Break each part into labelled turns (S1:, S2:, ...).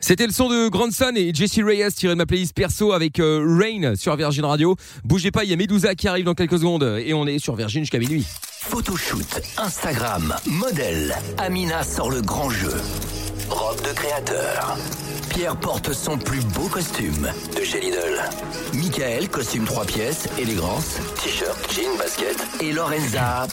S1: C'était le son de Grandson et Jesse Reyes tiré de ma playlist perso avec euh, Rain sur Virgin Radio. Bougez pas, il y a Medusa qui arrive dans quelques secondes et on est sur Virgin jusqu'à minuit.
S2: Photoshoot, Instagram, modèle. Amina sort le grand jeu. Robe de créateur. Pierre porte son plus beau costume de chez Lidl. Michael, costume 3 pièces, élégance, t-shirt, jean, basket. Et Lorenza,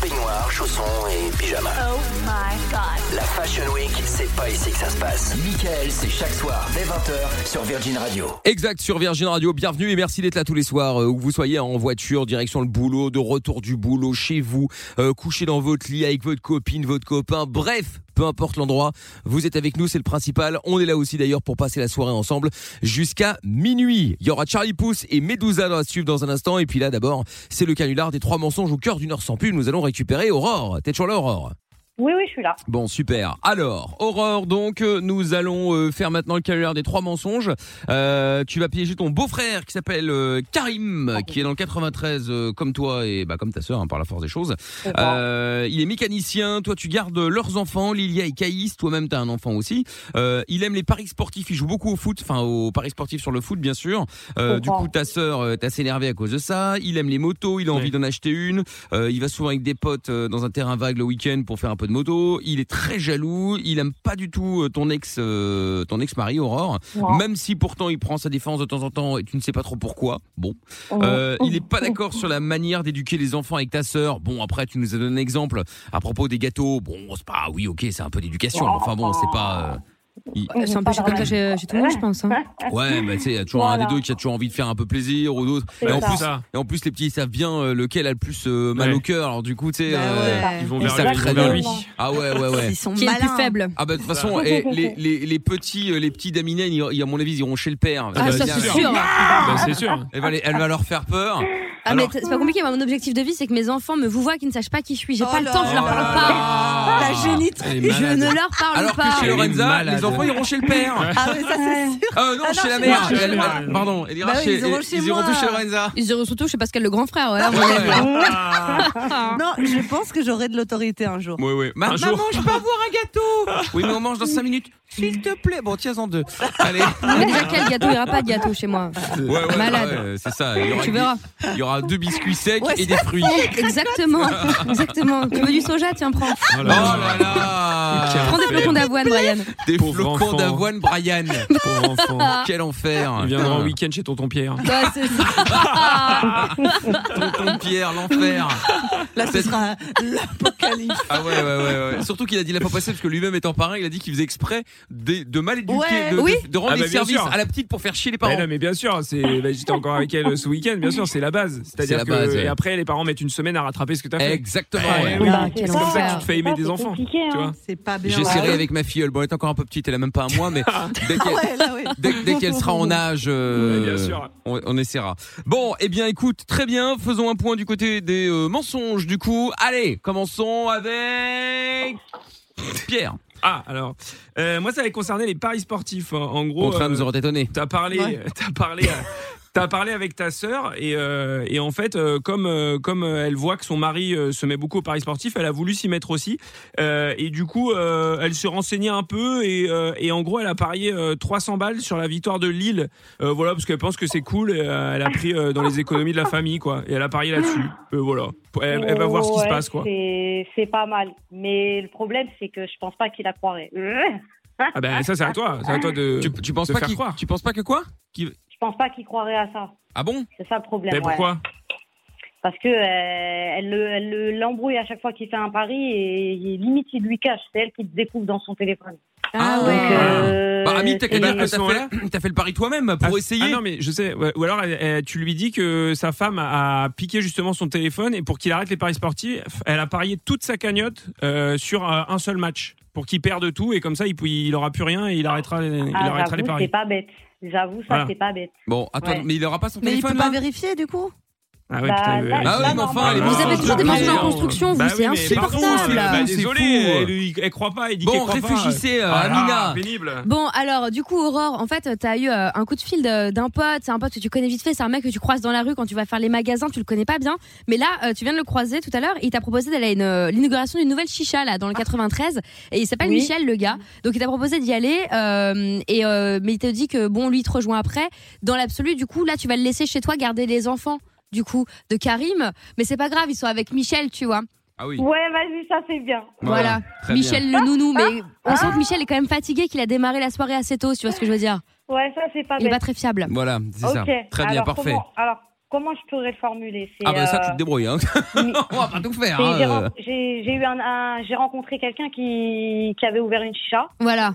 S2: peignoir, chaussons et pyjama.
S3: Oh my god.
S2: La Fashion Week, c'est pas ici que ça se passe. Michael, c'est chaque soir dès 20h sur Virgin Radio.
S1: Exact sur Virgin Radio. Bienvenue et merci d'être là tous les soirs, euh, où que vous soyez hein, en voiture, direction le boulot, de retour du boulot, chez vous, euh, couché dans votre lit avec votre copine, votre copain, bref. Peu importe l'endroit, vous êtes avec nous, c'est le principal. On est là aussi d'ailleurs pour passer la soirée ensemble jusqu'à minuit. Il y aura Charlie Pouce et Medusa à suivre dans un instant. Et puis là d'abord, c'est le canular des trois mensonges au cœur d'une heure sans pub. Nous allons récupérer Aurore. T'es toujours là Aurore
S3: Oui, oui, je suis là.
S1: Bon, super. Alors, Aurore, donc, euh, nous allons euh, faire maintenant le canular des trois mensonges. Euh, tu vas piéger ton beau-frère qui s'appelle euh, Karim, qui est dans le 93 euh, comme toi et bah, comme ta sœur, hein, par la force des choses.
S3: C'est ça.
S1: Euh, il est mécanicien, toi tu gardes leurs enfants, Lilia et Caïs, toi-même t'as un enfant aussi. Euh, il aime les paris sportifs, il joue beaucoup au foot, enfin au paris sportif sur le foot bien sûr. Euh,
S3: Je
S1: du
S3: comprends.
S1: coup ta sœur euh, t'as s'énervé à cause de ça. Il aime les motos, il a envie d'en acheter une. Euh, il va souvent avec des potes euh, dans un terrain vague le week-end pour faire un peu de moto. Il est très jaloux, il aime pas du tout euh, ton ex, euh, ton ex mari Aurore.
S3: Non.
S1: Même si pourtant il prend sa défense de temps en temps et tu ne sais pas trop pourquoi. Bon. Euh,
S3: Non.
S1: il n'est pas d'accord sur la manière d'éduquer les enfants avec ta sœur. Bon, après, tu nous as donné un exemple à propos des gâteaux. Bon, c'est pas, oui, ok, c'est un peu d'éducation. mais Enfin bon, c'est pas. euh, il-
S4: C'est un peu chez- comme ça chez, chez tout le monde, je pense. hein.
S1: Ouais, mais tu sais, il y a toujours un
S3: Voilà.
S1: des deux qui a toujours envie de faire un peu plaisir ou d'autres.
S3: C'est
S1: Et en
S3: ça.
S1: plus,
S5: ça.
S1: et en plus, les petits ils savent bien euh, lequel a le plus euh, mal
S5: Ouais.
S1: au cœur. Alors du coup, tu sais.
S4: Bah
S1: euh,
S4: ouais.
S5: Ils vont
S1: Ils
S5: vers
S1: savent
S5: lui. ils
S1: très
S5: vont vers
S1: bien.
S5: lui.
S1: Ah ouais, ouais, ouais.
S6: Ils sont
S4: Qui est le plus
S6: malins. hein.
S4: faible
S1: Ah bah de toute façon, eh, les, les, les petits euh, les petits Daminen, ils- ils, à mon avis, ils iront chez le père. Eh
S4: Ah,
S5: bah,
S4: ça
S5: bien
S4: c'est
S5: sûr.
S4: sûr.
S5: Bah, c'est sûr.
S1: Elle va, les- elle va leur faire peur.
S4: Ah, mais
S1: Alors-
S4: t- c'est pas compliqué. Moi, mon objectif de vie, c'est que mes enfants me vous voient, qu'ils ne sachent pas qui je suis. J'ai
S6: Oh
S4: pas le
S6: là
S4: temps, je leur
S6: là
S4: parle
S6: là
S4: pas.
S1: Ah.
S6: La génitrice.
S5: Elle est
S4: Je
S5: malade.
S4: ne leur parle
S1: Alors que
S4: pas.
S1: chez
S5: Elle est
S1: Lorenza,
S5: malade.
S1: les enfants iront chez le père.
S6: Ah ouais, ça c'est
S1: Euh,
S6: sûr.
S1: non,
S6: Ah non,
S1: chez la
S6: chez
S1: mère.
S5: moi, chez
S1: Elle-
S5: moi.
S1: elle- pardon, elle ira
S6: Bah oui,
S1: chez,
S6: ils iront chez
S1: ils iront
S6: moi.
S1: tous chez Lorenza.
S4: Ils iront surtout chez Pascal le grand frère. Ah, ouais, à mon avis.
S1: Ouais,
S6: Non, je pense que j'aurai de l'autorité un jour.
S1: ouais, ouais. Ma-
S5: Un jour.
S1: Maman, je peux avoir un gâteau. Oui, mais on mange dans 5 minutes. S'il te plaît. Bon, tiens-en deux. Allez.
S4: Mais déjà, quel gâteau Il n'y aura pas de gâteau chez moi.
S1: Ouais, ouais,
S4: Malade.
S1: ouais, c'est ça. Il y, aura
S4: Tu
S1: des-
S4: verras.
S1: il y aura deux biscuits secs
S6: Ouais,
S1: et des fruits. Oh
S4: Exactement. Exactement. Tu veux du soja Tiens, prends.
S5: Oh
S1: là là.
S4: Prends des flocons d'avoine, Brian.
S1: Des
S5: Pauvre
S1: flocons
S5: enfant.
S1: d'avoine, Brian.
S5: Pauvre enfant.
S1: Quel enfer.
S5: Il viendra en
S1: Putain.
S5: week-end chez tonton Pierre.
S4: Ouais, Bah, c'est ça.
S1: Tonton Pierre, l'enfer.
S6: Là, ce sera l'apocalypse.
S1: Ah ouais, ouais, ouais. ouais. Surtout qu'il a dit la pas passé parce que lui-même étant parrain, il a dit qu'il faisait exprès de, de mal éduquer,
S6: Ouais.
S1: de, de-
S4: Oui.
S1: de rendre
S5: Ah bah,
S1: des
S5: bien
S1: services
S5: sûr.
S1: à la petite pour faire chier les
S5: Bah
S1: parents.
S5: non, mais bien sûr, c'est bah, j'étais encore avec elle ce week-end, bien sûr, c'est la base.
S1: C'est la
S5: C'est-à-dire que
S1: base, ouais.
S5: et après les parents mettent une semaine à rattraper ce que t'as fait.
S1: Exactement.
S5: Eh
S1: ouais.
S5: oui.
S4: Bah,
S5: c'est
S4: quel
S5: comme ça
S4: enfer.
S5: que tu te fais aimer
S3: Ah, C'est
S5: des enfants.
S3: compliqué, hein.
S5: Tu vois
S6: C'est pas bien.
S1: J'ai serré
S6: Ouais.
S1: avec ma filleule. Bon, elle est encore un peu petite, elle a même pas un mois, mais dès
S6: Ah
S1: qu'elle
S6: ouais, là, ouais.
S1: dès, dès qu'elle sera en âge, euh,
S5: Ouais, bien sûr.
S1: On, on essaiera. Bon, eh bien, écoute, très bien. Faisons un point du côté des euh, mensonges, du coup. Allez, commençons avec Pierre.
S5: Ah, alors, euh, moi, ça allait concerner les paris sportifs. hein. En
S1: Bon,
S5: gros,
S1: train
S5: euh,
S1: nous aurons étonné.
S5: t'as parlé,
S6: Ouais.
S5: t'as parlé, à- t'as parlé avec ta sœur et, euh, et en fait, euh, comme euh, comme euh, elle voit que son mari euh, se met beaucoup aux paris sportifs, elle a voulu s'y mettre aussi Euh, et du coup, euh, elle se renseignait un peu et, euh, et en gros, elle a parié euh, 300 balles sur la victoire de Lille. Euh, voilà, parce qu'elle pense que c'est cool. et, euh, elle a pris euh, dans les économies de la famille, quoi. Et elle a parié là-dessus. Euh, voilà. Elle, elle va voir ce qui se
S3: Ouais,
S5: passe, quoi.
S3: c'est- C'est pas mal. Mais le problème, c'est que je pense pas qu'il la croirait. Je
S5: Ah ben ça, c'est à toi. C'est à toi de.
S1: Tu, tu penses
S5: euh, de
S1: pas
S5: faire
S1: qu'il-
S5: croire.
S1: tu penses pas que quoi
S3: pense pas qu'il croirait à ça.
S1: Ah bon
S3: C'est ça le problème.
S5: Mais
S3: ouais.
S5: Ben, pourquoi
S3: Parce que euh, elle le- elle le- l'embrouille à chaque fois qu'il fait un pari et, et limite il lui cache. C'est elle qui le découvre dans son téléphone.
S4: Ah
S1: Ah,
S4: ouais.
S3: Donc, euh,
S1: Bah, Ami, t'as qu'à
S3: et-
S1: dire
S5: à
S1: que
S5: ce
S1: t'as
S5: moment-là-
S1: fait, t'as fait le pari toi-même pour
S5: Ah,
S1: essayer.
S5: Ah non, mais je sais. ouais. Ou alors, elle- elle- tu lui dis que sa femme a a piqué justement son téléphone et pour qu'il arrête les paris sportifs, elle a parié toute sa cagnotte euh, sur euh, un seul match pour qu'il perde tout et comme ça, il, pou- il aura plus rien et il arrêtera, il
S3: Ah,
S5: arrêtera les
S3: j'avoue,
S5: paris.
S3: c'est pas bête. J'avoue, ça,
S5: Voilà.
S3: c'est pas bête.
S1: Bon, attends,
S3: Ouais.
S1: mais il aura pas son
S6: Mais il
S1: téléphone hein.
S6: peut pas
S1: là
S6: vérifier du coup
S5: Ah ouais,
S3: Bah,
S5: putain, le-
S3: là-
S1: Ah oui, mais enfin, elle est
S4: Vous
S1: Ah,
S4: avez
S1: je
S4: toujours des
S1: comprends.
S4: machines en construction, vous,
S5: Bah oui,
S4: c'est
S5: mais par
S1: fou,
S5: contre,
S4: insupportable.
S1: là.
S5: bah,
S1: C'est
S5: désolé,
S1: fou.
S5: elle, elle- elle croit pas, elle dit qu'elle
S1: Bon,
S5: croit pas.
S1: réfléchissez, euh,
S5: Ah,
S1: Amina.
S5: Pénible.
S4: Bon, alors, du coup, Aurore, en fait, t'as eu euh, un coup de fil de- d'un pote. C'est un pote que tu connais vite fait. C'est un mec que tu croises dans la rue quand tu vas faire les magasins. Tu le connais pas bien. Mais là, euh, tu viens de le croiser tout à l'heure. Il t'a proposé d'aller à une, euh, l'inauguration d'une nouvelle chicha, là, dans le 93. Et il s'appelle
S3: Oui.
S4: Michel, le gars. Donc, il t'a proposé d'y aller. euh, et, euh, mais il te dit que, bon, lui, il te rejoint après. Dans l'absolu, du coup, là, tu vas le laisser chez toi garder les enfants, du coup, de Karim. Mais c'est pas grave, ils sont avec Michel, tu vois.
S1: Ah oui.
S3: Ouais, vas-y, ça c'est bien.
S4: Voilà.
S1: très bien.
S4: Michel, le nounou. Mais on sent que Michel est quand même fatigué, qu'il a démarré la soirée assez tôt, tu vois ce que je veux dire.
S3: Ouais, ça c'est pas
S4: Il est
S3: bête.
S4: pas très fiable.
S1: Voilà, c'est
S3: Ok.
S1: ça. Très bien,
S3: Alors,
S1: parfait.
S3: comment- alors, comment je pourrais le formuler C'est,
S1: Ah bah ça,
S3: euh,
S1: tu te débrouilles. Hein.
S3: mi-
S1: On va pas tout faire.
S3: c'est-
S1: hein,
S3: j'ai
S1: euh.
S3: ren- J'ai j'ai eu un, un- j'ai rencontré quelqu'un qui, qui avait ouvert une chicha
S4: Voilà.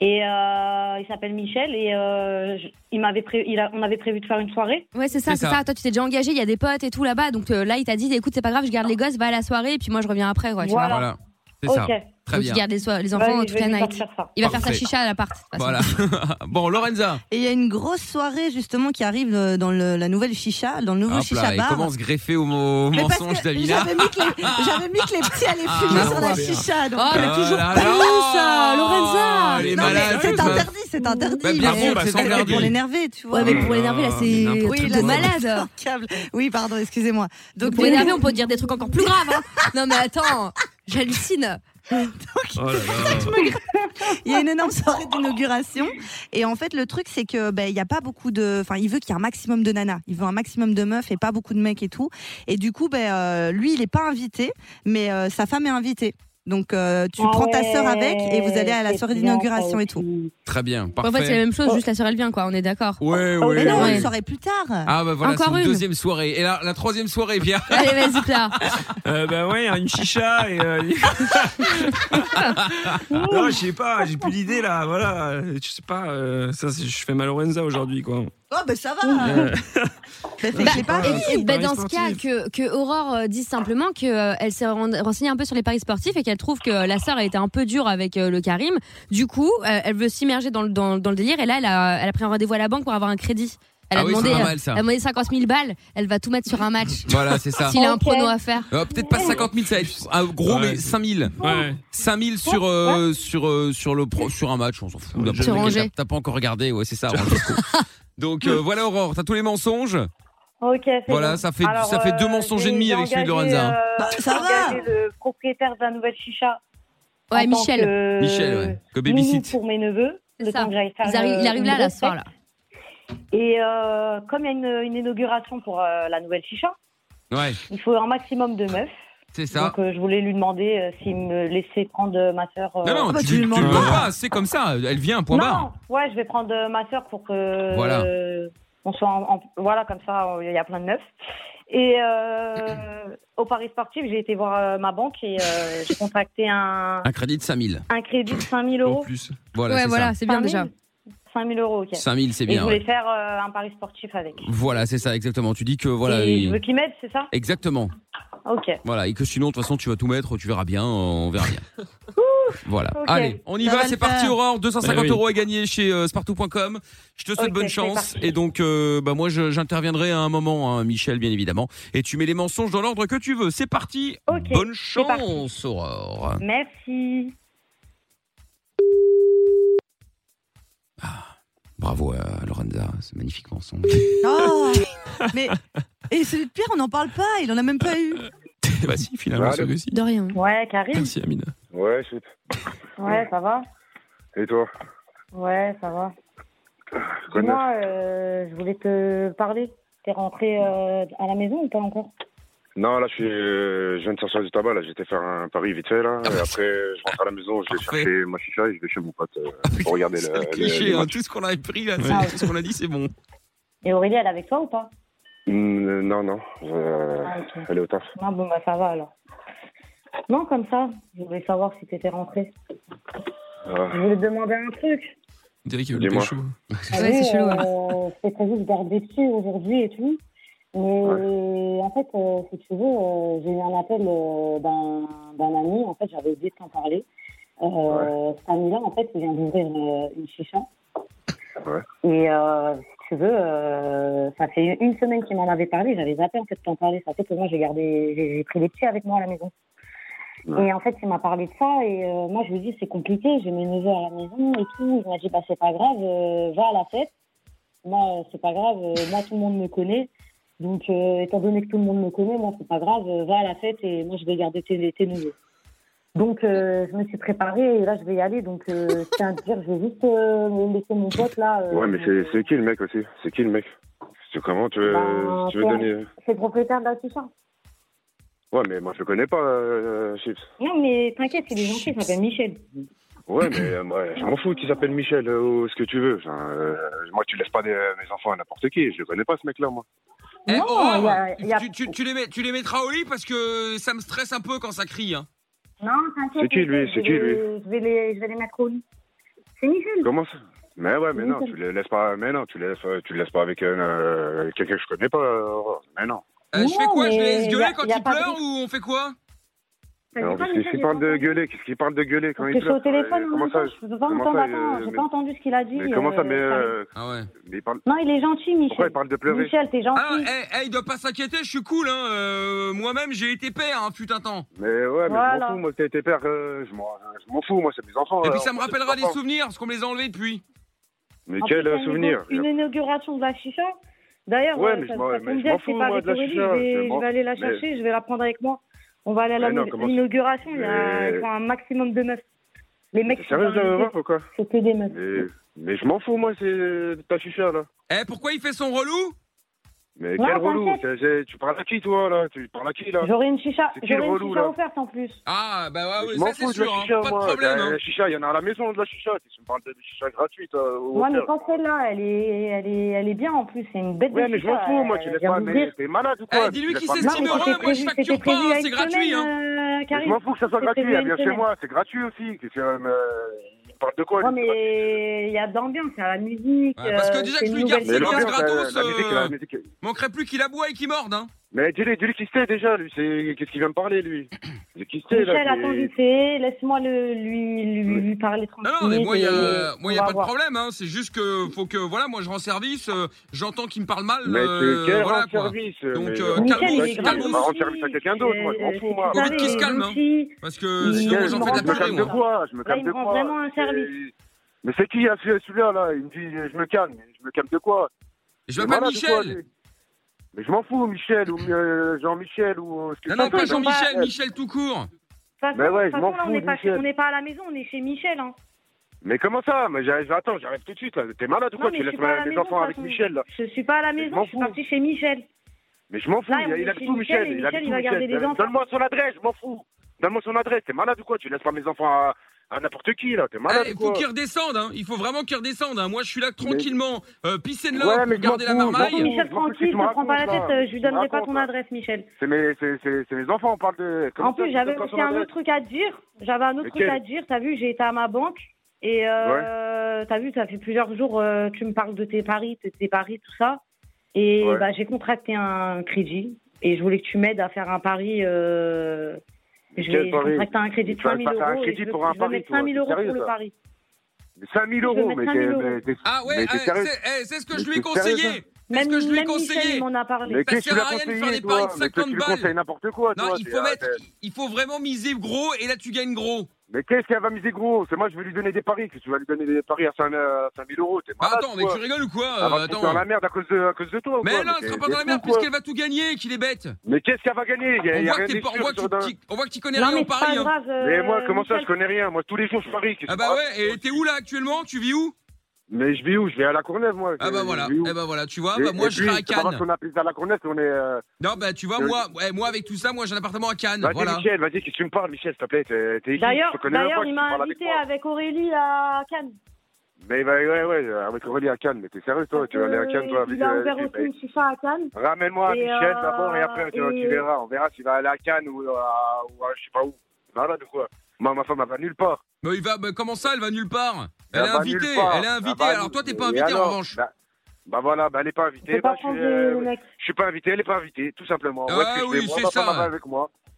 S3: et euh, il s'appelle Michel et euh, je- il m'avait pré- il a- on avait prévu de faire une soirée.
S4: Ouais, c'est ça,
S1: C'est
S4: c'est
S1: ça.
S4: ça. Toi, tu t'es déjà engagé, il y a des potes et tout là-bas. Donc euh, là, il t'a dit écoute, c'est pas grave, je garde les gosses, va à la soirée, et puis moi, je reviens après. Quoi, tu
S3: Voilà.
S1: Voilà, c'est
S3: Ok.
S1: ça. Très
S4: vois.
S1: bien.
S4: Donc, il garde les, so- les enfants
S3: Vas-y, je
S4: toute
S3: vais
S4: la
S3: lui
S4: night.
S3: sortir ça.
S4: Il va faire
S1: Parfait.
S4: sa chicha à l'appart. de toute façon.
S1: Voilà. bon, Lorenza.
S6: Et il y a une grosse soirée justement qui arrive euh, dans le- la nouvelle chicha, dans le nouveau
S1: Hop là,
S6: chicha
S1: elle
S6: bar.
S1: commence à se greffer au, mo- au
S6: Mais parce
S1: mensonge
S6: que
S1: d'Amina.
S6: J'avais mis, que les- j'avais mis que les petits allaient fumer
S1: Ah,
S6: sur la
S1: ouais.
S6: chicha. donc- euh,
S4: Oh, elle a
S1: Ah
S4: toujours
S1: là
S4: pas
S1: là. Ah,
S4: eu ça, Lorenza.
S1: Elle est
S6: Non, mais
S1: malade.
S6: c'est
S1: ça.
S6: interdit, c'est interdit.
S1: Bah, bien
S6: mais-
S1: sûr,
S5: bah,
S1: c'est
S5: sans
S6: mais
S1: interdit.
S6: pour l'énerver, tu vois.
S4: Ouais, mais pour l'énerver, là,
S5: Ah,
S4: c'est
S5: mais
S4: un
S5: n'importe
S4: truc
S6: là,
S4: de
S6: c'est
S4: malade.
S6: Câble. Oui, pardon, excusez-moi. Donc,
S4: Pour l'énerver, on peut dire des trucs encore plus graves. hein. Non, mais attends, j'hallucine.
S5: Oh là là.
S6: il y a une énorme soirée d'inauguration. Et en fait, le truc, c'est que ben, il n'y a pas beaucoup de. Enfin, il veut qu'il y ait un maximum de nanas. Il veut un maximum de meufs et pas beaucoup de mecs et tout. Et du coup, ben, euh, lui, il n'est pas invité, mais euh, sa femme est invitée. Donc, euh, tu
S3: Ah
S6: prends ta
S3: ouais,
S6: sœur avec et vous allez à la
S3: c'est
S6: soirée
S3: bien,
S6: d'inauguration
S3: ça
S6: et tout.
S3: aussi.
S1: Très bien,
S4: En fait, euh, c'est la
S1: parfait. Oh.
S4: même chose, juste la sœur, elle vient, quoi, on est d'accord.
S1: Ouais,
S3: Oh,
S1: ouais.
S6: Mais non,
S1: ouais.
S6: une soirée plus tard.
S1: Ah bah voilà, c'est
S4: Encore
S1: une
S4: une.
S1: deuxième soirée. Et la, la troisième soirée, bien.
S4: Allez, vas-y, Pla.
S5: Euh, bah ouais, une chicha et. euh, non, je sais pas, j'ai plus d'idée là, voilà. Je sais pas, euh, ça, c'est- je fais mal Lorenza aujourd'hui quoi.
S6: Oh, ben ça va.
S5: Euh,
S6: Ben, fait que
S4: Bah,
S6: je l'ai pas.
S5: Ah,
S4: Et
S5: c'est
S4: puis, bah,
S5: paris
S4: dans ce
S5: sportif.
S4: cas, que, que Aurore euh, dise simplement qu'elle elle s'est ren- renseignée un peu sur les paris sportifs et qu'elle trouve que la sœur a été un peu dure avec euh, le Karim. Du coup, euh, elle veut s'immerger dans, le- dans, dans le délire et là, elle a, elle a pris un rendez-vous à la banque pour avoir un crédit. Elle,
S1: Ah
S4: a,
S1: oui,
S4: demandé,
S1: c'est pas
S4: euh,
S1: mal, ça. Ah.
S4: elle a demandé 50 000 balles, elle va tout mettre sur un match.
S1: Voilà, c'est ça.
S4: S'il a un
S3: Ok.
S4: prono à faire.
S1: Euh, Peut-être pas 50 000, ça va être un gros,
S5: Ouais.
S1: mais 5 000.
S5: Ouais.
S1: 5 000 sur, euh, sur, euh, sur, le pro- sur un match, on s'en fout.
S5: Sur
S1: N'importe lequel,
S4: Angers.
S1: t'as- T'as pas encore regardé, ouais, c'est ça. Angers, quoi. Donc euh, voilà, Aurore, t'as tous les mensonges.
S3: Ok, c'est
S1: Voilà,
S3: bon.
S1: ça fait- ça fait deux mensonges et
S3: j'ai-
S1: demi
S3: j'ai
S1: avec celui de
S3: engagé,
S1: Lorenza, hein.
S3: euh,
S6: Bah,
S3: j'ai
S6: ça va.
S3: engagé le propriétaire de la nouvelle chicha. en
S4: Ouais,
S3: tant
S4: Michel.
S3: que-
S1: Michel, ouais. Que
S3: nounou
S1: babysit.
S3: pour mes neveux.
S4: C'est
S3: le
S4: ça.
S3: temps que j'aille faire,
S4: Ils arrivent-
S3: euh,
S4: il arrive
S3: une
S4: là, là,
S3: grosse
S4: ce soir. Là.
S3: Et euh, comme il y a une, une inauguration pour euh, la nouvelle chicha,
S1: Ouais,
S3: il faut un maximum de meufs.
S1: c'est ça.
S3: Donc euh, je voulais lui demander euh, s'il me laissait prendre euh, ma sœur. euh,
S1: Non, non,
S6: Ah bah,
S1: tu,
S6: tu lui
S1: tu
S6: demandes
S1: le
S5: pas.
S1: peux pas, c'est comme ça, elle vient, point barre.
S3: non, ouais, je vais prendre euh, ma sœur pour que
S1: Voilà.
S3: euh, on soit en, en- voilà comme ça, on- il y a plein de neufs. Et euh, au Paris sportif, j'ai été voir euh, ma banque et euh, j'ai contacté un,
S1: Un crédit de 5 000.
S3: un crédit de 5000
S5: En
S3: euros.
S5: plus.
S1: Voilà,
S4: ouais,
S1: c'est
S4: voilà, c'est bien déjà.
S3: 5000 euros, ok.
S1: ça. 5 000, c'est
S3: et je
S1: bien.
S3: voulais
S1: ouais.
S3: faire euh, un Paris sportif avec.
S1: Voilà, c'est ça, exactement. Tu dis que voilà.
S3: et
S1: il-
S3: je veux qu'il m'aide, c'est ça
S1: Exactement.
S3: Ok.
S1: Voilà, et que sinon, de toute façon, tu vas tout mettre, tu verras bien, euh, on verra bien. Voilà.
S3: Ok.
S1: Allez, on y
S6: Ça
S1: va,
S6: va le
S1: c'est parti,
S6: faire.
S1: Aurore. 250
S5: Eh oui.
S1: euros à gagner chez euh, spartou.com. Je te souhaite
S3: Ok,
S1: bonne
S3: c'est
S1: chance.
S3: parti.
S1: Et donc, euh, bah, moi, je- j'interviendrai à un moment, hein, Michel, bien évidemment. Et tu mets les mensonges dans l'ordre que tu veux. C'est parti.
S3: Ok,
S1: bonne
S3: c'est parti.
S1: chance, Aurore.
S3: Merci.
S1: Bravo à Lorenza, ce magnifique mensonge.
S6: Oh, mais et celui de Pierre, on n'en parle pas. Il en a même pas eu.
S5: bah si, finalement,
S7: Allô
S5: celui-ci.
S4: De rien.
S3: Ouais, Karim.
S5: Merci Amina.
S7: Ouais, shit.
S3: Ouais, ça va.
S7: Et toi
S3: Ouais, ça va.
S7: quoi de
S3: Dis-moi, euh, je voulais te parler. T'es rentré euh, à la maison ou pas encore
S7: Non, là, je, suis, euh, je viens de sortir du tabac. Là, j'étais faire un pari vite fait. Là. Et après, je rentre à la maison, je vais
S1: Ah, bah, Parfait. Ah
S7: chercher ma chicha et je vais chez mon pote euh, pour regarder le,
S1: C'est le
S7: le-
S1: cliché,
S7: le
S1: hein,
S7: match.
S1: tout ce qu'on a pris, là,
S3: Ah,
S1: c'est- tout ce qu'on a dit, c'est bon.
S3: Et Aurélie, elle est avec toi ou pas
S7: Mm, non, non. euh,
S3: Ah, ok.
S7: elle est au taf.
S3: Non, bon, bah ça va alors. Non, comme ça, je voulais savoir si t'étais rentré. Je
S7: Euh,
S3: voulais te demander un truc.
S5: On dirait qu'il veut le
S7: Dis-moi.
S5: pécho.
S3: T'as
S4: Ah Ouais,
S3: vu,
S4: c'est chelou, hein.
S3: euh, C'était prévu de garder dessus aujourd'hui et tout. Mais en fait, euh, si tu veux, euh, j'ai eu un appel euh, d'un d'un ami. En fait, j'avais oublié de t'en parler. Euh, Cet ami-là, en fait, il vient d'ouvrir euh, une chicha.
S7: Ouais.
S3: Et euh, si tu veux, euh, ça fait une semaine qu'il m'en avait parlé, j'avais zappé en fait de t'en parler, ça fait que moi j'ai gardé, j'ai j'ai pris les petits avec moi à la maison.
S7: Ouais.
S3: Et en fait, il m'a parlé de ça et euh, moi je lui ai dit c'est compliqué, j'ai mes neveux à la maison et tout. Il m'a dit bah c'est pas grave, euh, va à la fête. Moi euh, c'est pas grave, euh, moi tout le monde me connaît. Donc euh, étant donné que tout le monde me connaît, moi c'est pas grave, euh, va à la fête et moi je vais garder tes, tes neveux. Donc euh, je me suis préparée et là je vais y aller. Donc euh, je tiens à te dire, je vais juste euh, laisser mon pote là. euh,
S7: Ouais, mais c'est, c'est qui le mec aussi C'est qui le mec C'est comment tu veux,
S3: Bah,
S7: tu veux
S3: c'est-
S7: donner
S3: C'est le propriétaire de la Tucson.
S7: Ouais, mais moi je le connais pas, euh, Chips.
S3: Non, mais t'inquiète, il est gentil, il s'appelle Michel.
S7: Ouais, mais euh, moi, je m'en fous qu'il s'appelle Michel euh, ou ce que tu veux. Enfin, euh, moi, tu laisses pas des- euh, mes enfants à n'importe qui. Je le connais pas ce mec-là, moi.
S1: Eh,
S3: Non,
S1: Aurore,
S3: il y a- il y a-
S1: tu, tu- tu les mets- tu les mettras au lit parce que ça me stresse un peu quand ça crie. hein.
S3: Non, t'inquiète.
S7: C'est qui, lui
S3: Michel,
S7: C'est
S3: je
S7: qui,
S3: vais- je vais, les, je vais les mettre au lit. C'est Michel.
S7: Comment ça Mais ouais, mais non,
S3: Michel.
S7: tu les laisses pas. Mais non, tu les laisses, tu les laisses pas avec euh, quelqu'un que je connais pas. Aurore. Mais non.
S1: Euh, je fais
S3: Non,
S1: quoi Je
S3: mais
S1: les laisse gueuler
S3: y a-
S1: quand
S3: y a
S1: ils
S3: pas de
S1: pleurent
S3: risque.
S1: ou on fait quoi
S3: T'as
S7: Alors,
S3: dit pas,
S7: qu'est-ce
S3: Michel,
S7: qu'il
S3: j'ai
S7: parle
S3: pas
S7: de
S3: entendu.
S7: gueuler Qu'est-ce qu'il parle de gueuler quand
S3: Parce
S7: il
S3: que je suis au
S7: pleure
S3: téléphone,
S7: Euh,
S3: en
S7: Comment
S3: même
S7: ça
S3: temps, je peux pas
S7: comment
S3: entendre.
S7: ça,
S3: Attends,
S7: euh,
S3: j'ai
S7: mais-
S3: pas entendu ce qu'il a dit.
S7: Mais comment ça
S3: euh,
S7: Mais, euh,
S1: Ah ouais.
S7: mais il parle.
S3: Non, il est gentil, Michel.
S7: Pourquoi il parle de pleurer
S3: Michel, t'es gentil.
S1: Ah, eh, eh, il doit pas s'inquiéter, je suis cool. Hein. euh, Moi-même, j'ai été père, hein, putain temps.
S7: Mais ouais, mais je
S3: Voilà.
S7: m'en fous, moi, que t'as été père. euh, je m'en je m'en fous, moi, c'est mes enfants.
S1: Et puis
S7: euh,
S1: ça me
S7: c'est mes
S1: rappellera des
S7: enfants.
S1: souvenirs, parce qu'on me les a enlevés depuis.
S7: Mais
S3: En
S7: quel
S3: plus,
S7: euh,
S3: il y a
S7: souvenir
S3: Une, une inauguration de la chicha. D'ailleurs,
S7: Ouais,
S3: euh,
S7: mais
S3: ça,
S7: je m'en-
S3: ça
S7: mais
S3: tombe
S7: je
S3: bien
S7: m'en
S3: que
S7: fous,
S3: c'est pas
S7: moi,
S3: avec
S7: de la
S3: Aurélie,
S7: chicha,
S3: je vais,
S7: je m'en-
S3: je vais aller la
S7: mais-
S3: chercher, je vais la prendre avec moi. On va aller à la-
S7: Mais non, comment-
S3: l'inauguration, il y a
S7: Mais-
S3: il y a un maximum de meufs. Les mecs,
S7: T'es
S3: qui sont
S7: sérieux de
S3: invités,
S7: la voir ou quoi
S3: c'est que des meufs.
S7: Mais, euh, mais je m'en fous, moi, c'est ta chicha, là.
S1: Eh, pourquoi il fait son relou
S7: Mais
S3: Non,
S7: quel relou
S3: t'inquiète.
S7: c'est- c'est- Tu parles à qui, toi, là Tu parles à qui, là
S3: J'aurais une chicha,
S7: C'est qui le
S3: j'aurais une
S7: relou,
S3: chicha
S7: là
S3: offerte en plus.
S1: Ah, bah ouais,
S7: Je
S1: ouais,
S7: m'en
S1: ça c'est
S7: fous de la
S1: sûr, hein,
S7: chicha,
S1: pas de
S7: moi. Euh,
S1: problème.
S7: La,
S1: hein.
S7: la chicha, il y en a à la maison de la chicha. Tu me parles de chicha gratuite. euh, au
S3: Ouais, mais
S7: hôtel.
S3: pas celle-là, elle est, elle est, elle est bien en plus, c'est une bête de
S7: Ouais, mais je
S3: chicha,
S7: m'en fous, moi.
S3: euh,
S7: Tu laisses
S3: j'ai
S7: pas.
S3: envie de
S7: Mais
S3: dire.
S7: t'es malade ou
S1: Eh,
S7: quoi
S1: dis-lui
S7: Tu laisses
S1: qu'il
S7: pas-
S1: s'estime
S3: mais
S1: heureux,
S3: c'était
S1: moi,
S3: prévu-
S1: je
S3: c'était
S1: facture
S3: prévu
S1: pas,
S3: il y a
S1: hein,
S3: une
S1: c'est gratuit, hein.
S3: semaine, euh,
S7: Mais Je
S3: Karim.
S7: m'en fous que ça soit
S3: C'était
S7: gratuit.
S3: prévu
S7: Elle vient
S3: une
S7: chez
S3: semaine.
S7: moi. C'est gratuit aussi. Qu'est-ce que, euh, Il parle de quoi,
S3: Ouais,
S7: lui
S3: mais il y a de l'ambiance, il y a la musique.
S1: Ouais, parce que
S3: euh,
S1: déjà
S3: c'est
S1: que
S3: une
S1: lui,
S3: nouvelle
S1: Garcia,
S7: Mais
S1: l'ambiance
S7: l'ambiance, la,
S1: gratos,
S7: la musique,
S1: euh,
S7: la musique.
S1: Manquerait plus qu'il aboie et qu'il morde. Hein.
S7: Mais dis-lui, dis-lui qui c'était déjà, lui. C'est qu'est-ce qu'il vient me parler, lui C'est qui c'était,
S3: Michel,
S7: là
S3: attends
S7: c'est-
S3: vite fait, laisse-moi le, lui, lui,
S7: Oui.
S3: lui parler
S1: Non,
S3: tranquillement.
S1: non, mais moi, il y a,
S3: et
S1: moi, y a pas
S3: on va
S1: de
S3: voir.
S1: problème. Hein. C'est juste que faut que, voilà, moi, je rends service. euh, J'entends qu'il me parle mal.
S7: Mais
S1: euh,
S7: c'est quel
S1: voilà,
S7: rend
S1: quoi.
S7: service euh,
S1: Donc,
S7: mais-
S1: euh,
S3: Michel, il est Euh,
S1: calme-toi,
S7: On va rendre service à quelqu'un d'autre, moi, je m'en fous, moi.
S1: Faut vite qu'il se calme, hein. Parce que
S3: Mais
S1: sinon,
S3: quel-
S1: j'en fais de
S3: me rend
S1: la
S7: je me
S1: purée,
S7: calme de
S1: moi.
S7: quoi Je me
S3: Là,
S7: calme
S3: il
S7: de
S3: me rend
S7: quoi
S3: vraiment un service.
S7: Et- Mais c'est qui hein, ce- celui-là là Il me dit euh, je me calme, je me calme de quoi
S1: Je
S7: Il est
S1: m'appelle
S7: malade ou quoi,
S1: Michel.
S7: lui Mais je m'en fous, Michel ou euh, Jean-Michel ou euh, ce que
S1: Non,
S7: tu
S1: non,
S7: veux,
S1: pas
S7: mais-
S1: Jean-Michel, Michel tout court.
S7: Mais ouais,
S3: De toute
S7: je m'en
S3: façon, là, on
S7: fous,
S3: n'est pas, chez-
S7: Michel.
S3: on n'est pas à la maison, on est chez Michel. Hein.
S7: Mais comment ça Mais j'arrive, attends, j'arrive tout de suite là. T'es malade ou
S3: Non,
S7: quoi
S3: mais
S7: Tu
S3: je suis
S7: laisses
S3: pas à la
S7: ma- mes
S3: maison,
S7: enfants
S3: de
S7: avec
S3: toute façon.
S7: Michel là.
S3: Je suis pas à la
S7: Mais je
S3: maison,
S7: m'en
S3: je suis
S7: fous.
S3: partie chez Michel.
S7: Mais je m'en fous,
S3: Là,
S7: il,
S3: on
S7: a- il
S3: est
S7: a
S3: chez
S7: tout
S3: Michel, et
S7: Michel, il a
S3: Michel,
S7: tout
S3: il va garder les
S7: Michel.
S3: enfants.
S7: Donne-moi son adresse, je m'en fous. Donne-moi son adresse, t'es malade ou quoi Tu laisses pas mes enfants à, à n'importe qui là, t'es malade
S1: Eh,
S7: ou
S1: faut
S7: quoi
S1: qu'il redescende. Hein. Il faut vraiment qu'il redescende. Hein. Moi, je suis là tranquillement. Euh, pissez de l'eau
S7: Ouais, mais
S1: pour
S7: je
S1: garder
S7: m'en
S1: la
S7: fous, je m'en
S1: marmaille.
S7: fous.
S3: Michel,
S7: je m'en fous,
S3: tranquille,
S7: tu me
S3: ne prends pas la tête,
S7: racontes, là.
S3: euh, je lui
S7: Tu
S3: donnerai
S7: me
S3: pas ton
S7: racontes, là.
S3: adresse, Michel.
S7: C'est mes, c'est, c'est, c'est mes enfants, on parle de. Comment
S3: En
S7: hein. ça,
S3: plus,
S7: tu
S3: j'avais
S7: donnes pas
S3: aussi
S7: son
S3: un
S7: adresse
S3: autre truc à te dire. J'avais un autre truc
S7: Lequel
S3: à te dire. T'as vu, j'ai été à ma banque. Et euh, t'as vu, ça fait plusieurs jours, euh, tu me parles de tes paris, de tes paris, tout ça. Et
S7: Ouais.
S3: bah, j'ai contracté un crédit. Et je voulais que tu m'aides à faire un pari. Euh, je
S7: Quel
S3: vais
S7: pari
S3: contracter un crédit de
S7: Tu vas
S3: 5 000
S7: faire un
S3: euros. et
S7: crédit
S3: je veux-
S7: pour un
S3: je veux
S7: pari,
S3: mettre
S7: toi,
S3: 5 000 euros
S7: c'est sérieux,
S3: pour le
S7: ça
S3: pari.
S7: Mais 5000
S3: Je
S7: euros,
S3: mets
S7: mais
S3: 5
S7: t'es,
S3: 000 euros.
S7: mais t'es-
S1: Ah ouais,
S7: mais
S1: ah,
S7: t'es sérieux
S1: c'est eh, c'est ce que
S7: Mais
S1: je lui ai
S7: t'es sérieux,
S1: conseillé. C'est
S3: Même,
S1: ce que je lui ai
S3: même Michel,
S1: conseillé.
S3: il m'en a parlé.
S7: Mais
S1: Ça
S7: qu'est-ce que tu
S1: sert
S7: l'as
S1: à rien de faire
S7: conseillé,
S1: des
S7: toi
S1: paris de
S7: Mais toi,
S1: 50
S7: tu lui
S1: balles.
S7: conseilles n'importe quoi,
S1: Non,
S7: toi,
S1: il
S7: t'es-
S1: faut mettre,
S7: t'es-
S1: il faut vraiment miser gros et là tu gagnes gros.
S7: Mais qu'est-ce qu'elle va miser gros C'est moi, je vais lui donner des paris. Que tu vas lui donner des paris à 5000 euros, t'es
S1: Bah
S7: malade
S1: attends,
S7: ou
S1: mais
S7: quoi
S1: tu rigoles ou quoi
S7: Elle
S1: euh,
S7: va te foutre dans
S1: Attends.
S7: bah, la merde à cause de, à cause de toi ou
S1: Mais
S7: quoi
S1: non, elle
S7: t'es-
S1: sera pas
S7: t'es
S1: dans la
S7: fou,
S1: merde
S7: quoi
S1: puisqu'elle va tout gagner, qu'il est bête.
S7: Mais qu'est-ce qu'elle va gagner Il y a,
S1: On
S7: y a
S1: voit que
S7: rien
S1: t'es
S7: de
S1: pas- on
S7: sûr
S1: voit que
S7: sur
S1: tu-
S7: d'un-
S1: tu on voit que tu connais
S3: Non,
S1: rien au
S3: mais c'est
S1: pari.
S3: pas
S1: hein.
S3: grave. euh,
S7: Mais moi, comment ça,
S3: Michel,
S7: je connais rien Moi, tous les jours, je parie. qu'est-ce
S1: Ah
S7: que
S1: bah
S7: tu
S1: ouais, et t'es où là actuellement Tu vis où
S7: Mais je vis où Je vais à la Courneuve, moi.
S1: Ah bah
S7: Je
S1: voilà,
S7: vis où
S1: eh bah voilà, tu vois,
S7: Et-
S1: bah moi
S7: et
S1: je
S7: puis,
S1: serai à
S7: c'est pas parce
S1: Cannes.
S7: qu'on appelle ça la Courneuve qu'on est. euh,
S1: Non bah tu vois,
S7: Euh,
S1: moi, ouais, moi avec tout ça, moi j'ai un appartement à Cannes,
S7: Vas-y,
S1: voilà.
S7: Michel, vas-y, qu'est-ce que tu me parles, Michel, s'il te plaît t'es- t'es ici,
S3: D'ailleurs,
S7: tu connais même
S3: d'ailleurs,
S7: pas,
S3: il
S7: tu
S3: m'a
S7: parles avec
S3: invité
S7: moi.
S3: avec Aurélie à Cannes.
S7: Mais bah, ouais, ouais, avec Aurélie à Cannes, mais t'es sérieux, toi Tu vas aller à Cannes, toi
S3: Euh,
S7: avec,
S3: Il a
S7: euh,
S3: ouvert
S7: lui,
S3: aussi
S7: mais-
S3: une chicha à Cannes.
S7: Ramène-moi
S3: Et,
S7: Michel
S3: euh,
S7: d'abord et après, tu,
S3: et-
S7: tu verras. On verra s'il va aller à Cannes ou à, ou à je sais pas où. Malade ou quoi Moi, ma femme, elle va nulle part.
S1: Mais il va, bah, comment ça, elle va nulle part Elle, est
S7: va
S1: invitée,
S7: nulle part.
S1: elle est invitée.
S7: va
S1: alors toi t'es pas
S7: nulle- et
S1: invité en
S7: alors
S1: revanche.
S7: bah, bah voilà, bah, elle est pas
S3: Je
S7: invitée.
S3: peux pas
S7: moi, je,
S3: prendre
S7: suis,
S3: le
S7: euh,
S3: mec.
S7: je suis pas invité, elle est pas invitée, tout simplement.
S1: Ah
S7: Où est-ce que je vais
S1: oui,
S7: Moi,
S1: c'est
S7: ma femme,
S1: ça.
S7: elle va avec moi. tout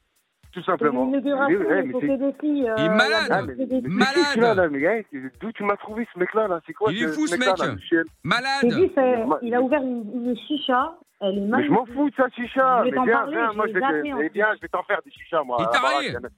S3: C'est une
S7: simplement.
S3: inauguration,
S7: Eh,
S3: il
S7: mais
S3: faut
S7: c'est-
S3: que des filles. euh,
S1: Il est malade.
S7: Ah, mais- mais c'est qui
S1: Malade.
S7: celui-là, là, mais, hey, c'est- D'où tu m'as trouvé ce mec-là là C'est quoi
S1: Il est fou, ce
S7: mec-là,
S1: mec.
S7: là, Michel
S3: C'est
S1: Malade.
S3: juste, euh, il a ouvert une, une chicha. Elle est
S7: Mais je m'en
S3: magnifique.
S7: fous de sa chicha.
S3: Je vais
S7: Mais
S3: t'en
S7: viens,
S3: parler,
S7: viens,
S3: je
S7: moi
S3: vais
S7: je vais
S3: zapper,
S7: te-
S3: en
S7: eh
S3: fait.
S7: bien, je vais t'en faire des chichas moi.
S1: Il
S7: à la
S1: t'a
S7: baraque,
S1: rayé.
S7: il y en a-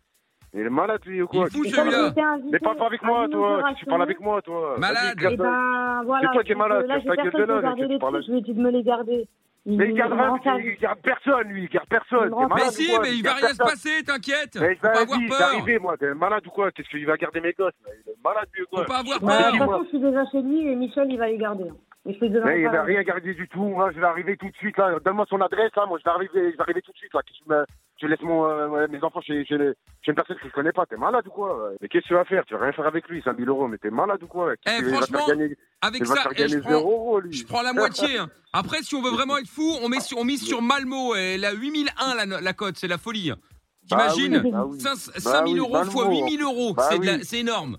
S7: Il est malade lui ou
S1: Il
S7: quoi
S1: est fou
S3: Et comme
S1: celui-là.
S3: j'étais invitée
S7: Mais parle pas avec
S3: à
S7: moi
S3: une
S7: toi. Tu
S3: inauguration,
S7: parles avec moi toi.
S1: Malade.
S7: Vas-y, claque
S3: Et
S7: ta-
S3: ben voilà.
S7: C'est toi qui es
S3: donc, euh,
S7: malade,
S3: Là,
S7: casse
S3: j'ai
S7: ta
S3: personne
S7: gueule de
S3: pour
S7: là,
S3: garder
S7: tu
S3: les
S7: parles-
S3: trucs. Je lui ai dit de me les garder.
S7: Mais il garde
S3: me
S7: rien,
S3: ben, rend
S7: parce qu'il-
S3: service.
S7: il garde personne lui, il garde personne.
S3: Il me
S7: T'es
S3: rend
S1: Mais
S7: malade ou
S1: si,
S7: quoi
S1: mais il va
S7: garde
S1: rien se
S7: personne.
S1: passer, t'inquiète.
S7: Mais
S1: Faut pas avoir
S7: vas-y, c'est
S1: peur.
S7: arrivé moi. T'es malade ou quoi Qu'est-ce qu'il va garder mes gosses là Il est malade lui ou
S1: Faut
S7: quoi
S1: pas avoir
S3: Ouais, De toute
S1: peur.
S3: façon, je suis déjà chez lui et Michel, il va les garder. hein. Mais je peux te donner
S7: Mais il
S3: un
S7: va
S3: parole.
S7: rien garder du tout. Moi, je vais arriver tout de suite. Là. Donne-moi son adresse. Là. Moi, je vais arriver, je vais arriver tout de suite. Là. Qu'est-ce que tu me- Je laisse mon, euh, ouais, mes enfants chez, chez, les- chez une personne que je connais pas. T'es malade ou quoi ouais Mais qu'est-ce que tu vas faire Tu vas rien faire avec lui, 5000 euros. Mais t'es malade ou quoi ouais
S1: Eh,
S7: Qu'est-ce qu'il va te faire
S1: franchement,
S7: gagner-
S1: Avec
S7: il va te
S1: ça,
S7: faire
S1: eh, je
S7: gagner 0
S1: prends-
S7: euros, lui.
S1: Je prends la moitié. hein. Après, si on veut vraiment être fou, on, met sur, on mise sur Malmo. Elle a 8001 la, no- la cote, c'est la folie. T'imagines
S7: Bah oui, bah oui.
S1: 5 5000
S7: oui,
S1: euros
S7: Malmo.
S1: fois 8000 euros,
S7: Bah
S1: c'est de la-
S7: oui.
S1: c'est énorme.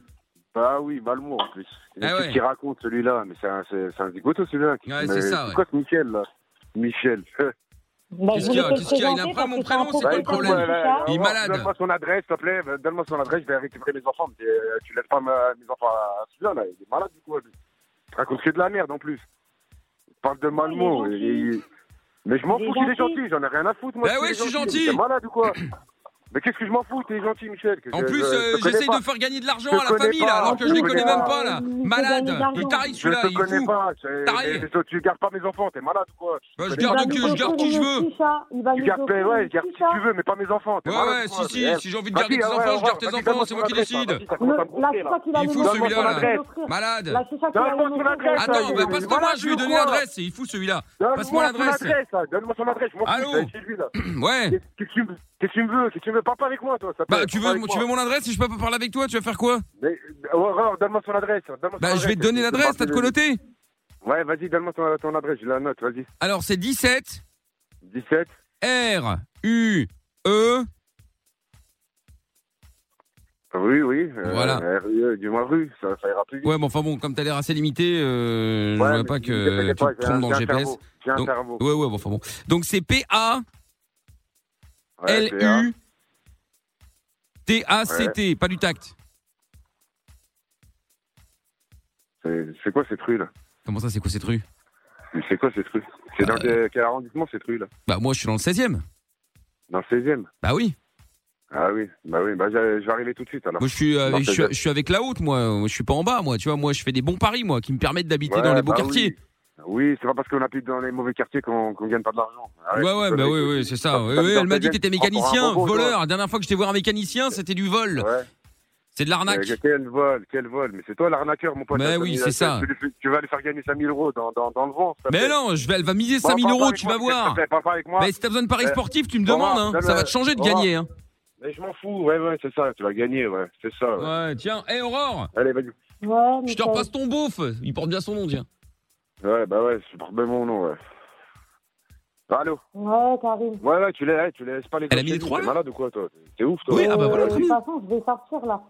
S7: Bah oui, Malmo en plus.
S1: Eh
S7: Qu'est-ce
S1: ouais.
S7: qu'il raconte celui-là Mais c'est un, c'est, c'est un zigoto celui-là.
S1: Ouais,
S7: Mais
S1: c'est ça, ouais.
S7: C'est quoi ce Michel là Michel.
S3: Bah,
S1: Qu'est-ce
S3: je
S1: qu'il
S3: voulais
S1: y a
S3: te le
S1: Qu'est-ce qu'il y a Il a
S3: présenter
S1: pas mon
S3: parce
S1: prénom,
S3: que t'as
S1: c'est quoi le
S3: proposé
S7: Bah,
S1: problème
S3: une chicha.
S1: Il est malade.
S7: Donne-moi son adresse, s'il te plaît. Donne-moi son adresse, je vais récupérer mes enfants. Mais, euh, tu laisses pas ma- mes enfants à celui-là, là. Il est malade, du coup. lui. Il raconte que de la merde, en plus. Il parle de Malmo.
S3: Il est
S7: et- Mais je m'en
S3: Il est
S7: fous qu'il est
S3: gentil.
S7: gentil. J'en ai rien à foutre, moi.
S1: Bah
S7: s'il
S1: ouais,
S7: est
S1: je suis gentil.
S7: T'es malade ou quoi Mais qu'est-ce que je m'en fous T'es gentil, Michel. que
S1: En
S7: je-
S1: plus,
S7: je- je
S1: euh,
S7: te connais
S1: j'essaye
S7: pas.
S1: de faire gagner de l'argent
S7: Je
S1: à la
S7: connais
S1: famille, là,
S7: pas.
S1: alors que je les
S7: Je
S1: connais
S7: connais
S1: même
S7: pas.
S1: pas, là.
S3: Il fait
S1: Malade.
S3: gagner de l'argent.
S1: Il t'arrive,
S7: Je
S1: celui-là,
S7: te
S1: il est
S7: connais
S1: fou.
S7: pas. c'est-
S1: Taré.
S7: les- Tu gardes pas mes enfants, t'es malade ou quoi
S1: Bah, je
S7: connais
S1: garde
S7: pas.
S1: que-
S3: Il
S1: je
S3: va nous
S1: garde qui je
S3: offrir
S1: veux.
S3: une chicha, Il va
S7: Tu
S3: nous
S7: gardes,
S3: offrir
S7: ouais,
S3: une
S7: je garde qui
S3: chicha.
S7: tu veux, mais pas mes enfants. t'es
S1: Ouais,
S7: malade
S1: ouais,
S7: ou
S1: si,
S7: quoi
S1: si,
S7: Eh,
S1: si j'ai envie de garder
S7: vas-y,
S1: tes
S7: ouais, bah
S1: enfants, je
S7: ouais,
S1: garde tes
S7: vas-y,
S1: enfants,
S7: donne-moi
S1: c'est
S7: ton
S1: moi qui
S7: adresse, là,
S1: décide.
S7: vas-y, ça commence à
S3: Le- La
S7: me gonfler, là.
S3: chicha qu'il
S1: Il est
S3: allait nous
S1: fou,
S3: offrir,
S1: celui-là,
S3: il
S1: là.
S3: allait nous offrir.
S1: Malade.
S3: La chicha Bah, qu'il
S7: Donne-moi
S3: allait nous
S7: ton
S3: offrir.
S7: adresse,
S1: Attends, bah,
S7: il est
S1: passe-le moi,
S7: malade,
S1: je vais lui
S7: lui,
S1: donner
S7: quoi.
S1: l'adresse. Il est fou, celui-là. Passe-moi
S7: Donne-moi son
S1: l'adresse.
S7: adresse, là. Donne-moi son adresse. je m'en fous,
S1: Allô
S7: je vais chez lui, là.
S1: Ouais.
S7: Qu'est-ce que tu me- qu'est-ce que tu me veux Qu'est-ce que tu me veux Parle pas avec moi, toi. ça
S1: Bah,
S7: fait-
S1: tu
S7: parle
S1: veux,
S7: pas avec
S1: tu veux
S7: moi.
S1: mon adresse Si je peux pas parler avec toi, tu vas faire quoi
S7: Mais, euh, Aurore, donne-moi son adresse. donne-moi son
S1: Bah, je vais te
S7: adresse,
S1: donner
S7: et-
S1: l'adresse, t'as de quoi noter
S7: Ouais, vas-y, donne-moi ton, ton adresse, je la note, vas-y.
S1: Alors, c'est 17
S7: 17,
S1: R U E.
S7: rue, oui. euh,
S1: Voilà.
S7: RUE, du moins rue, ça, ça ira plus vite.
S1: Ouais, mais enfin bon, comme t'as l'air assez limité, euh, je
S7: Ouais,
S1: vois
S7: mais
S1: pas
S7: si, vous
S1: que
S7: inquiétez
S1: tu
S7: pas,
S1: te
S7: j'ai un-
S1: trompes dans le
S7: j'ai un
S1: GPS.
S7: cerveau, J'ai un
S1: Donc,
S7: cerveau.
S1: Ouais, ouais, bon, enfin bon. Donc c'est P A
S7: Ouais,
S1: L
S7: c'est un-
S1: U T A C T, pas du tact.
S7: C'est c'est quoi cette rue là
S1: Comment ça, c'est quoi cette rue
S7: Mais C'est quoi cette rue C'est
S1: Ah,
S7: dans quel- quel arrondissement cette rue là
S1: Bah moi, je suis dans le 16e.
S7: Dans le 16e
S1: Bah oui.
S7: Ah oui, bah oui, bah j'a- je vais arriver tout de suite alors.
S1: Moi, je suis, euh,
S7: Dans le
S1: je, suis
S7: 16e.
S1: je suis avec la haute. Moi, je suis pas en bas. Moi, tu vois, moi, je fais des bons paris, moi, qui me permettent d'habiter
S7: Ouais,
S1: dans les beaux
S7: bah
S1: quartiers.
S7: Oui, Oui, c'est pas parce qu'on habite dans les mauvais quartiers qu'on qu'on gagne pas de l'argent. Ah Arrête,
S1: ouais, ouais,
S7: tu
S1: bah
S7: connais,
S1: oui,
S7: tu-
S1: oui, c'est ça.
S7: tu
S1: Ouais,
S7: habites
S1: ouais,
S7: dans
S1: elle
S7: le
S1: m'a dit
S7: 16e,
S1: que t'étais
S7: tu prends pour un
S1: mécanicien,
S7: robot, toi.
S1: voleur. La dernière fois que je t'ai voir un mécanicien, c'était du vol.
S7: Ouais.
S1: C'est de l'arnaque.
S7: Mais quel vol, quel vol. Mais c'est toi l'arnaqueur, mon pote.
S1: Mais
S7: T'as
S1: oui,
S7: mis-
S1: c'est
S7: tu-
S1: ça.
S7: Tu, tu vas aller faire gagner 5000 euros dans, dans, dans le vent. s'il te
S1: Mais
S7: plaît.
S1: non, je vais, elle va miser
S7: Bon,
S1: 5000
S7: parle pas
S1: euros,
S7: avec
S1: tu
S7: moi,
S1: vas
S7: s'il te
S1: voir.
S7: plaît, Parle pas avec moi.
S1: Mais si t'as besoin de paris
S7: Eh,
S1: sportif, tu me
S7: au revoir,
S1: demandes, hein.
S7: salut,
S1: ça va te changer de
S7: au revoir.
S1: gagner. Hein.
S7: Mais je m'en fous. Ouais, ouais, c'est ça. Tu vas gagner, ouais. C'est ça. ouais.
S1: Ouais, tiens, hé Aurore,
S7: Allez, vas-y.
S3: Ouais,
S1: je te
S3: Michel.
S1: repasse ton beauf. Il porte bien son nom, tiens.
S7: Ouais, bah ouais, c'est probablement non, ouais. Allô
S3: Ouais, Karine.
S7: Ouais, ouais, tu les, eh, tu les laisses pas les
S1: Elle a
S7: gosses
S1: mis les
S7: chez
S1: trois,
S7: lui, T'es
S1: là
S7: malade ou quoi, toi T'es ouf, toi
S1: Oui, ah bah voilà,
S3: Euh,
S1: très
S3: De toute
S1: bien.
S3: façon, je vais sortir là.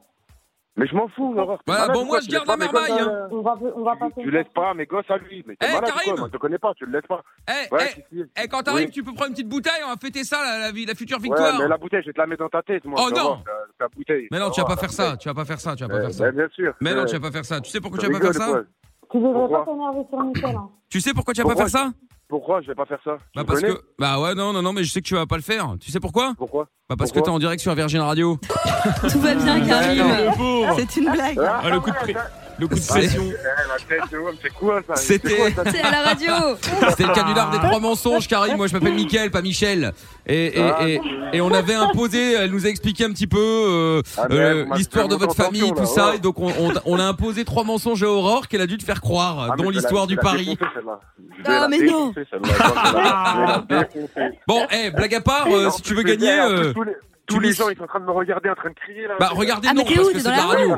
S7: Mais je m'en fous, Laurent.
S1: Voilà, Bah, bon, moi, je garde la mermaille, hein.
S3: On va, on va passer.
S7: euh, Tu, tu laisses pas mes gosses à lui. Mais
S1: Eh,
S7: t'es malade ou
S1: Karim
S7: quoi Moi, je te connais pas, tu le laisses pas.
S1: Hé,
S7: Ouais,
S1: hé,
S7: si, si.
S1: hé, quand t'arrives,
S7: Oui.
S1: tu peux prendre une petite bouteille, on va fêter ça, la, la, vie- la future
S7: Ouais,
S1: victoire.
S7: mais la bouteille, je vais te la mettre dans ta tête, moi.
S1: Oh,
S7: tu vas
S1: non.
S7: voir, ta, ta bouteille.
S1: Mais non,
S7: vas
S1: tu vas
S7: voir,
S1: pas
S7: ta
S1: faire ça,
S7: bouteille.
S1: tu vas pas faire ça, tu vas pas
S7: Eh,
S1: faire ça.
S7: bah, bien sûr.
S1: Mais non, tu vas
S7: Eh,
S1: pas faire ça. Tu sais pourquoi
S7: tu
S1: tu vas pas
S7: rigoles
S1: faire
S7: ou
S1: ça
S7: quoi
S3: Tu devrais
S7: Pourquoi
S3: pas t'énerver sur Michel. hein.
S1: Tu sais pourquoi tu vas pas
S7: Pourquoi
S1: faire ça
S7: Pourquoi je vais pas faire ça Tu
S1: Bah
S7: me
S1: parce
S7: connais
S1: que bah ouais non non non mais je sais que tu vas pas le faire. Tu sais pourquoi
S7: Pourquoi
S1: Bah parce que
S7: Pourquoi
S1: t'es en direct sur Virgin Radio.
S4: Tout va bien, Karim.
S6: C'est une blague.
S5: Ah, le coup de pré- le coup de pression.
S7: Eh, la tête de homme, c'est quoi ça
S1: C'était-
S7: C'est quoi ça
S4: C'est à la radio.
S1: C'était le canular des trois mensonges, Karim. Moi, je m'appelle Mickaël, pas Michel. Et, et,
S7: Ah.
S1: et, et on avait imposé, elle nous a expliqué un petit peu euh,
S7: Ah, mais
S1: euh,
S7: vous m'avez
S1: l'histoire de
S7: fait
S1: votre
S7: monter en
S1: famille,
S7: tension,
S1: tout
S7: là,
S1: ça.
S7: ouais.
S1: Et donc, on, on, on a imposé trois mensonges à Aurore qu'elle a dû te faire croire,
S7: Ah, mais
S1: dont
S7: je vais la-
S1: l'histoire
S7: je
S1: du
S7: vais la
S1: pari.
S7: défoncer, celle-là. Je vais
S6: Ah,
S7: la
S6: mais non.
S7: défoncer, celle-là. Je vais la défoncer.
S1: Bon, eh, blague à part, euh,
S7: Et en
S1: si tu
S7: plus,
S1: veux
S7: les
S1: gagner,
S7: gars, en plus,
S1: euh,
S7: hein, tous les,
S1: tu
S7: tous les
S1: lis-
S7: gens, ils sont en train de me regarder, en train de crier. Là,
S1: bah regardez
S4: Ah,
S1: non
S4: mais t'es
S1: parce
S4: où
S1: que
S4: T'es
S1: c'est
S4: dans
S1: de la
S4: la
S1: radio.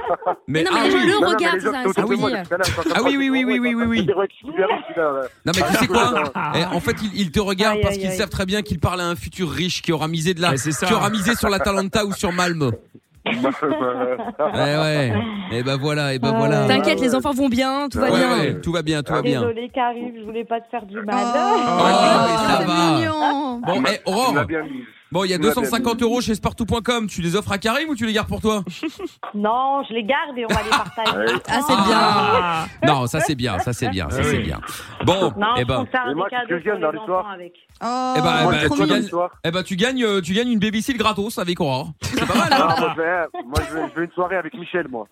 S4: Mais non, mais
S1: ah,
S4: les
S1: oui.
S4: gens le
S7: Non, non, mais
S4: regardent,
S7: les gens
S4: ça,
S7: qui sont
S4: ça
S7: autour de
S4: oui.
S7: moi, depuis tout à l'heure, ils sont en train
S1: Ah
S7: de
S1: oui, oui, oui,
S7: regarder,
S1: oui, oui,
S7: ils sont en train de
S1: oui, oui.
S7: dire, ouais, qu'est-ce qu'il a, qu'est-ce qu'il a, là.
S1: Non mais tu
S7: Ah,
S1: sais quoi Eh, En fait, ils, ils te regardent
S3: Aïe,
S1: parce
S3: aïe,
S1: qu'ils
S3: aïe.
S1: savent très bien qu'ils parlent à un futur riche qui aura misé de la,
S5: Ouais, Eh, c'est ça. hein.
S1: qui aura misé sur la Talenta ou sur Malm. Eh ouais. Et ben voilà, et ben
S3: Ah,
S1: voilà.
S3: ouais.
S4: T'inquiète, les enfants vont bien, tout va
S1: Ouais,
S4: bien.
S1: ouais, tout va bien, tout va bien.
S3: Désolée, Karine, je voulais pas te faire du
S6: Oh,
S3: mal.
S1: mais ça
S6: c'est
S1: va.
S6: mignon.
S1: Bon, eh,
S7: Il m'a
S1: Aurore,
S7: bien mise.
S1: Bon, il y a
S7: Tout va bien.
S1: 250 euros chez sportou.com. Tu les offres à Karim ou tu les gardes pour toi
S3: Oh. Non, je les garde et on va les partager.
S4: Ah, c'est bien.
S5: Ah.
S1: Non, ça c'est bien, ça c'est bien, ça
S5: Oui.
S1: c'est bien. Bon,
S3: Non,
S1: eh
S3: je
S1: ben,
S3: conserve
S7: Et moi,
S3: les
S7: je suis
S3: cadeaux
S7: deuxième
S3: pour
S7: dans
S3: les enfants
S7: l'histoire.
S3: avec.
S6: Oh,
S1: Eh ben,
S7: Moi,
S1: bah,
S7: je vais
S1: tu
S7: être toi dans
S1: gagnes-
S7: l'histoire.
S1: eh ben, tu gagnes, euh, tu gagnes une baby-sit gratos avec Aurore. C'est pas mal. hein
S7: Ah, moi, je vais- moi, je vais- je veux une soirée avec Michel, moi.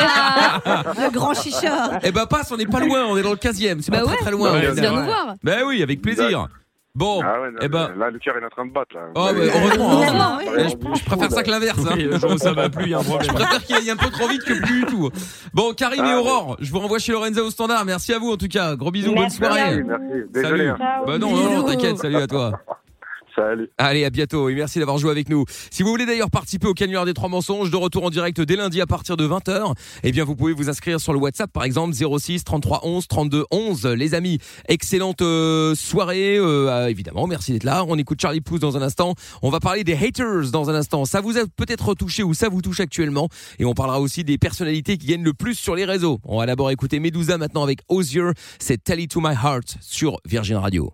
S6: le grand chicheur.
S1: Eh ben passe, on est pas loin, on est dans le 15e, c'est
S4: Bah
S1: pas
S4: ouais.
S1: très très loin.
S5: Ouais,
S1: Mais
S5: c'est
S4: Viens
S5: vrai.
S4: nous voir.
S1: oui, avec plaisir. Bon,
S7: Ah ouais, non,
S1: eh ben,
S7: là, le cœur il est en train de battre. Là.
S1: Oh,
S7: Vous
S1: mais
S7: allez-
S1: heureusement, hein.
S6: Heureusement, oui.
S7: Ouais,
S1: je,
S7: on
S1: je préfère
S7: bouge,
S1: ça que l'inverse. hein.
S5: Oui, le jour où ça va plus, il y a un
S1: Je
S5: problème.
S1: préfère qu'il aille un peu trop vite que plus du tout. Bon, Karim et
S7: Ah,
S1: Aurore, je vous renvoie chez Lorenza au standard. Merci à vous en tout cas. Gros bisous,
S3: Merci
S1: bonne
S3: à
S1: soirée.
S7: Merci, merci. Désolé.
S1: Salut.
S7: hein.
S3: Ciao.
S1: Bah non, non, non,
S4: Bisous.
S1: t'inquiète, salut à toi.
S7: Salut.
S1: Allez, à bientôt et merci d'avoir joué avec nous. Si vous voulez d'ailleurs participer au canular des trois mensonges, de retour en direct dès lundi à partir de 20h, eh bien vous pouvez vous inscrire sur le WhatsApp par exemple 06 33 11 32 11. Les amis, excellente euh, soirée euh, ah, évidemment, merci d'être là. On écoute Charlie Pouce dans un instant. On va parler des haters dans un instant. Ça vous a peut-être touché ou ça vous touche actuellement et on parlera aussi des personnalités qui gagnent le plus sur les réseaux. On va d'abord écouter Medusa maintenant avec Osier, c'est Tally to My Heart sur Virgin Radio.